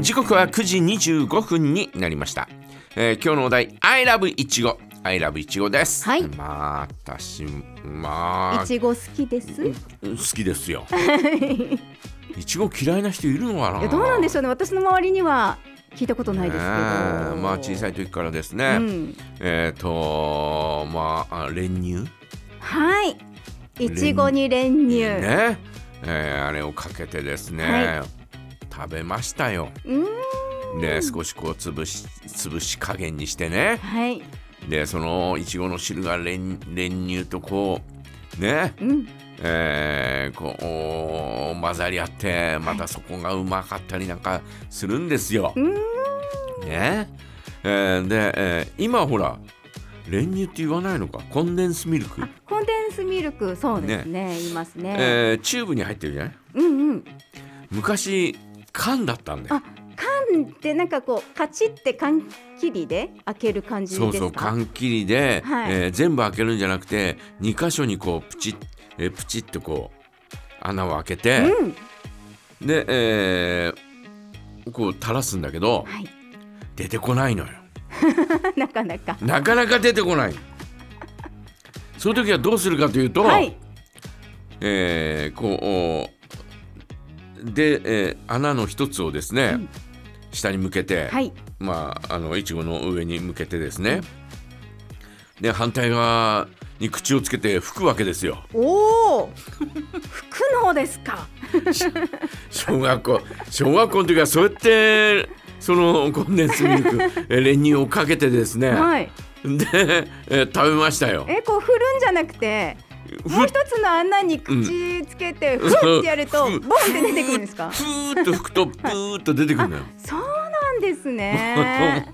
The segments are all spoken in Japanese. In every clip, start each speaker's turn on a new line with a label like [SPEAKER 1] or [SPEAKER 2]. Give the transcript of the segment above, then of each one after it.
[SPEAKER 1] 時刻は9時25分になりました、えー今日のお題「I love いちご」「I love いちご」です、
[SPEAKER 2] はい
[SPEAKER 1] まあ私まあ
[SPEAKER 2] いちご好きです。 い
[SPEAKER 1] 好きですよいちご嫌いな人いるのかな
[SPEAKER 2] やどうなんで
[SPEAKER 1] し
[SPEAKER 2] しょうね。私の周りには聞いたことないですけど。
[SPEAKER 1] まあ小さい時からですね、
[SPEAKER 2] うん。
[SPEAKER 1] えっ、とまああ練乳
[SPEAKER 2] はい。いちごに練乳。
[SPEAKER 1] ね、えーあれをかけてですね、
[SPEAKER 2] は
[SPEAKER 1] 食べましたよ
[SPEAKER 2] うん。
[SPEAKER 1] で少しこう潰し潰し加減にしてね
[SPEAKER 2] はい。
[SPEAKER 1] でそのいちごの汁が練練乳とこうね
[SPEAKER 2] うん。
[SPEAKER 1] えーこう混ざり合ってまたそこがうまかったりなんかするんですよ。
[SPEAKER 2] ん
[SPEAKER 1] ねえーで、えー今ほら練乳って言わないのかコンデンスミルク、
[SPEAKER 2] コンデンスミルク、そうですね。言いますね。
[SPEAKER 1] えーチューブに入ってるじゃない
[SPEAKER 2] うんうん。
[SPEAKER 1] 昔缶だったんだよ。
[SPEAKER 2] あ、缶ってなんかこうカチって缶切りで開ける感じです
[SPEAKER 1] そ
[SPEAKER 2] か。
[SPEAKER 1] うそう缶切りで、
[SPEAKER 2] はい
[SPEAKER 1] えー全部開けるんじゃなくて2箇所にこうプチッ、えープチッとこう穴を開けて。
[SPEAKER 2] うん。
[SPEAKER 1] で、えーこう垂らすんだけど
[SPEAKER 2] はい。
[SPEAKER 1] 出てこないのよ
[SPEAKER 2] なかなか。
[SPEAKER 1] なかなか出てこないそういう時はどうするかというと、
[SPEAKER 2] はい。
[SPEAKER 1] えーこうで、えー穴の一つをですね、
[SPEAKER 2] うん
[SPEAKER 1] 下に向けて、
[SPEAKER 2] はい。
[SPEAKER 1] まああのいちごの上に向けてですねで反対側に口をつけて吹くわけですよ
[SPEAKER 2] お お。服の方ですか。
[SPEAKER 1] 小学校小学校の時はそうやってそのコンデンスミルクえー練乳をかけてですね、
[SPEAKER 2] はい。
[SPEAKER 1] で、えー食べましたよ。
[SPEAKER 2] えこう振るんじゃなくてもう一つの穴に口つけて、ふんってやるとボ
[SPEAKER 1] うん
[SPEAKER 2] ンって出てくるんですか
[SPEAKER 1] ふーっと吹くと、ぷーっと出てくるの よ。
[SPEAKER 2] そうなんですね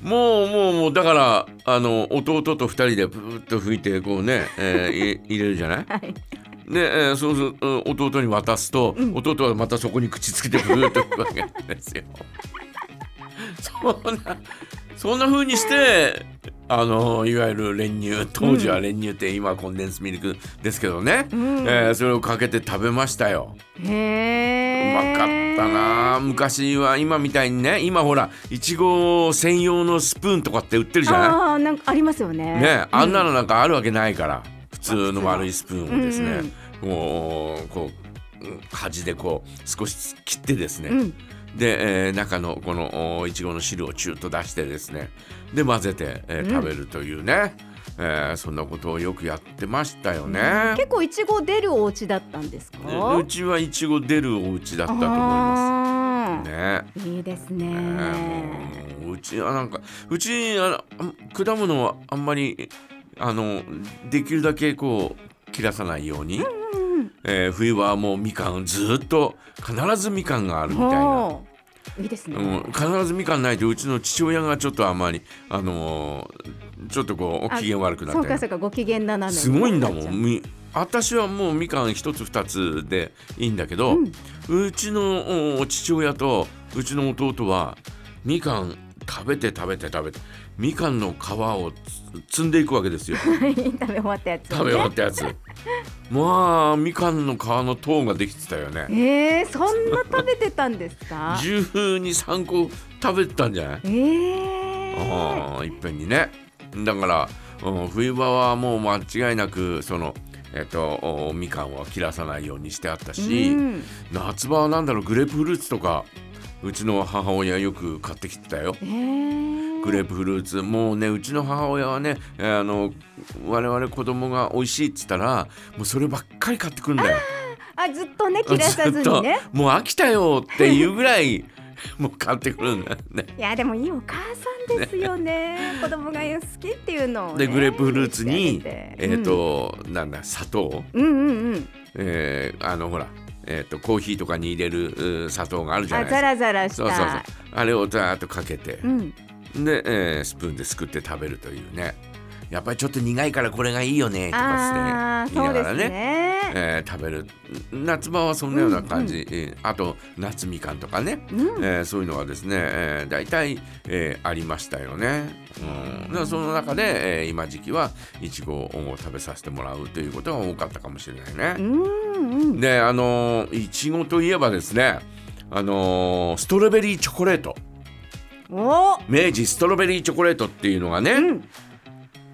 [SPEAKER 1] もう、もう、もう、だから、あの、弟と二人で、ぷーっと吹いて、こうね、えーい 入れるじゃない。
[SPEAKER 2] はい
[SPEAKER 1] で、えーそうすると、うん弟に渡すと、弟はまたそこに口つけて、ぷーっと吹くわけなんですよ。 そんな、そんな風にして。あのいわゆる練乳当時は練乳って今はコンデンスミルクですけどね、
[SPEAKER 2] うん
[SPEAKER 1] えーそれをかけて食べましたよ。
[SPEAKER 2] へ
[SPEAKER 1] う
[SPEAKER 2] え
[SPEAKER 1] まかったなあ昔は今みたいにね今ほらいちご専用のスプーンとかって売ってるじゃ
[SPEAKER 2] あーなんかありますよ
[SPEAKER 1] な
[SPEAKER 2] ね
[SPEAKER 1] いねあんなのなんかあるわけないから、普通の丸いスプーンをですね、もうこううん端でこう少し切ってですね、
[SPEAKER 2] うん、うん
[SPEAKER 1] で、えー中のこのおいちごの汁をチューッと出してですねで混ぜて、えー
[SPEAKER 2] うん
[SPEAKER 1] 食べるというね、えーそんなことをよくやってましたよね。
[SPEAKER 2] 結構いちご出るお家だったんですか
[SPEAKER 1] うちはいちご出るお家だったと思いま
[SPEAKER 2] あ
[SPEAKER 1] す。ね
[SPEAKER 2] ーいいですね、
[SPEAKER 1] えーもううちはなんかうちあのあ果物はあんまりあのできるだけこう切らさないように、
[SPEAKER 2] うん
[SPEAKER 1] えー冬はもうみかんずっと必ずみかんがあるみたいな、
[SPEAKER 2] ほういいですね、
[SPEAKER 1] うん、必ずみかんないとうちの父親がちょっとあんまりあのーちょっとこう
[SPEAKER 2] あ
[SPEAKER 1] 機嫌悪くな
[SPEAKER 2] そう
[SPEAKER 1] っ
[SPEAKER 2] か
[SPEAKER 1] て
[SPEAKER 2] そうかご機嫌ななのに
[SPEAKER 1] すごいんだもんみ私はもうみかん一つ二つでいいんだけど、
[SPEAKER 2] うん
[SPEAKER 1] うちのお父親とうちの弟はみかん食べて食べて食べてみかんの皮をつ摘んでいくわけですよ
[SPEAKER 2] はい食べ終わったやつ、ね、
[SPEAKER 1] 食べ終わったやつまあみかんの皮の糖ができてたよね
[SPEAKER 2] えー、そんな食べてたんです か。
[SPEAKER 1] 123個食べてたんじゃない
[SPEAKER 2] えー、
[SPEAKER 1] あーいっぺんにねだから、うん、冬場はもう間違いなくそのえっとおみかんは切らさないようにしてあったし、
[SPEAKER 2] うん、
[SPEAKER 1] 夏場はなんだろうグレープフルーツとかうちの母親よく買ってきてたよ
[SPEAKER 2] えー、
[SPEAKER 1] グレープフルーツもうねうちの母親はねえーあの我々子供が美味しいっつったらもうそればっかり買ってくんだよ
[SPEAKER 2] あずっとね切らさず
[SPEAKER 1] ずっ
[SPEAKER 2] に
[SPEAKER 1] と
[SPEAKER 2] ね。
[SPEAKER 1] もう飽きたよっていうぐらいもう買ってくるんだよね
[SPEAKER 2] いやでもいいお母さんですよね。子供が好きっていうのを、ね。
[SPEAKER 1] でグレープフルーツに
[SPEAKER 2] 教え
[SPEAKER 1] え
[SPEAKER 2] てあげて
[SPEAKER 1] っ、、と、なんだ砂糖
[SPEAKER 2] うん、うんうんうん。
[SPEAKER 1] えーあのほらえっ、とコーヒーとかに入れるうー砂糖があるじゃ
[SPEAKER 2] あ
[SPEAKER 1] ないです
[SPEAKER 2] ザ
[SPEAKER 1] か
[SPEAKER 2] ラザラした。
[SPEAKER 1] そうそうそうあれをザーッとかけて、
[SPEAKER 2] うん。
[SPEAKER 1] で、えースプーンですくって食べるというねやっぱりちょっと苦いからこれがいいよねとかっ
[SPEAKER 2] ああ
[SPEAKER 1] つってね言い
[SPEAKER 2] そう
[SPEAKER 1] なが
[SPEAKER 2] で
[SPEAKER 1] らね
[SPEAKER 2] すね。
[SPEAKER 1] えー食べる夏場はそんなような感じ、えーあと夏みかんとかね、
[SPEAKER 2] うん
[SPEAKER 1] えーそういうのはですね、えー、大体、えーありましたよね、うん、だからその中で、えー今時期はいちごを食べさせてもらうということが多かったかもしれないね、
[SPEAKER 2] うんうん。
[SPEAKER 1] であのーいちごといえばですねあのーストロベリーチョコレート
[SPEAKER 2] おー
[SPEAKER 1] 明治ストロベリーチョコレートっていうのがね、
[SPEAKER 2] うん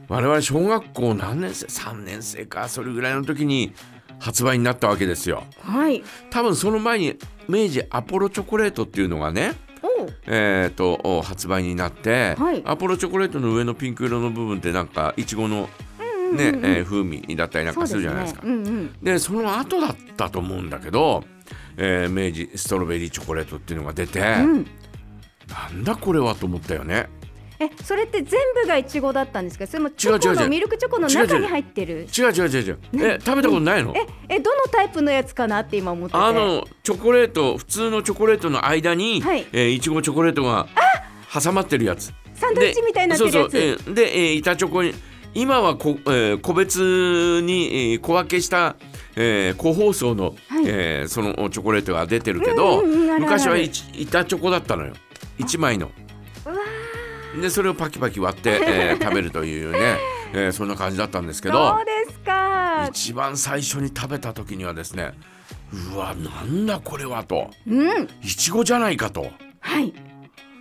[SPEAKER 1] 我々小学校何年生3年生かそれぐらいの時に発売になったわけですよ
[SPEAKER 2] はい
[SPEAKER 1] 多分その前に明治アポロチョコレートっていうのがね
[SPEAKER 2] おー
[SPEAKER 1] えー、とお発売になって、
[SPEAKER 2] はい
[SPEAKER 1] アポロチョコレートの上のピンク色の部分ってなんかいちごの、
[SPEAKER 2] うん
[SPEAKER 1] ね
[SPEAKER 2] うんうん
[SPEAKER 1] えー風味だったりなん
[SPEAKER 2] そう
[SPEAKER 1] か
[SPEAKER 2] ですす
[SPEAKER 1] る
[SPEAKER 2] ね
[SPEAKER 1] じゃないですか
[SPEAKER 2] うんうん
[SPEAKER 1] でその後だったと思うんだけど、えー明治ストロベリーチョコレートっていうのが出て、
[SPEAKER 2] うん
[SPEAKER 1] なんだこれはと思ったよね
[SPEAKER 2] えそれって全部がイチゴだったんですかそれもチ
[SPEAKER 1] 違う
[SPEAKER 2] ョコ
[SPEAKER 1] 違う違う
[SPEAKER 2] のミルクチョコの中に入ってる
[SPEAKER 1] 違う違う違う違うえ食べたことないの
[SPEAKER 2] ええどのタイプのやつかなって今思ってて
[SPEAKER 1] あのチョコレート普通のチョコレートの間に、
[SPEAKER 2] はい
[SPEAKER 1] えーいちごチョコレートが挟まってるやつ
[SPEAKER 2] サンドイッチみたいになってるやつ
[SPEAKER 1] そうそう、えーで、えー板チョコに今はこ、えー個別に、えー小分けした、えー個包装の、
[SPEAKER 2] はい
[SPEAKER 1] えーそのチョコレートが出てるけど、
[SPEAKER 2] うんうんうんあるある
[SPEAKER 1] 昔はいち板チョコだったのよ1枚の
[SPEAKER 2] うわ
[SPEAKER 1] でそれをパキパキ割って、えー 食べるというね、えーそんな感じだったんですけど
[SPEAKER 2] そうですか
[SPEAKER 1] 一番最初に食べた時にはですねうわなんだこれはと
[SPEAKER 2] うん
[SPEAKER 1] いちごじゃないかと。
[SPEAKER 2] はい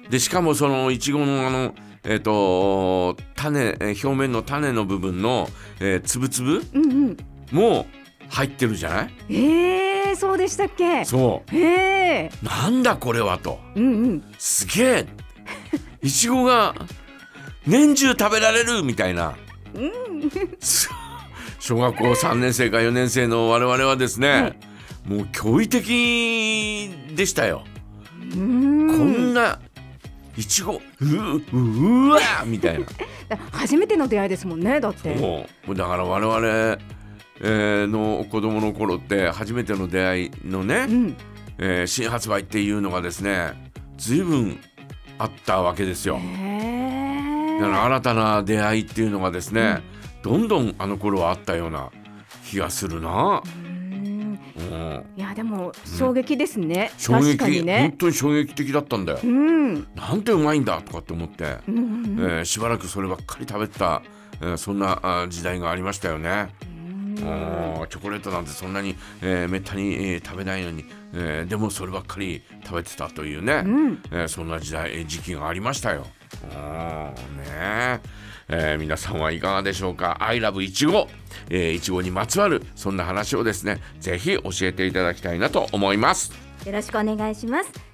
[SPEAKER 1] でしかもそのいちごのあのえっ、と種えー表面の種の部分の、えー、粒々
[SPEAKER 2] うんうん
[SPEAKER 1] も入ってるじゃない
[SPEAKER 2] えー、そうでしたっけ
[SPEAKER 1] そ
[SPEAKER 2] えー、
[SPEAKER 1] うなんだこれはと
[SPEAKER 2] うんうん
[SPEAKER 1] すげえいちごが年中食べられるみたいな、す小学校3年生か4年生の我々はですね、
[SPEAKER 2] はい
[SPEAKER 1] もう驚異的でしたよ、
[SPEAKER 2] う
[SPEAKER 1] こ
[SPEAKER 2] ーん
[SPEAKER 1] んないちごうううわみたいな
[SPEAKER 2] だ初めての出会いですもんねだって
[SPEAKER 1] もうだから我々、えーの子供の頃って初めての出会いのね、
[SPEAKER 2] うん
[SPEAKER 1] えー新発売っていうのがですね随分あったわけですよ。
[SPEAKER 2] え
[SPEAKER 1] だか
[SPEAKER 2] ー
[SPEAKER 1] ら新たな出会いっていうのがですね、どんどんあの頃はあったような気がするな。
[SPEAKER 2] うーん
[SPEAKER 1] うん
[SPEAKER 2] いやでも衝撃ですね、
[SPEAKER 1] 衝
[SPEAKER 2] 確
[SPEAKER 1] 撃
[SPEAKER 2] かに
[SPEAKER 1] 本
[SPEAKER 2] ね
[SPEAKER 1] 当に衝撃的だったんだよ。
[SPEAKER 2] うん
[SPEAKER 1] なんてうまいんだとかって思って、
[SPEAKER 2] うんうんうん
[SPEAKER 1] えーしばらくそればっかり食べてた、えーそんなあー時代がありましたよね。うんチョコレートなんてそんなに、えーめったに、えー食べないのに、えーでもそればっかり食べてたというね、
[SPEAKER 2] うん
[SPEAKER 1] えーそんな時代えー時期がありましたよ。うんねえー皆さんはいかがでしょうか「I love いちご」えーいちごにまつわるそんな話をですねぜひ教えていただきたいなと思います。
[SPEAKER 2] よろしくお願いします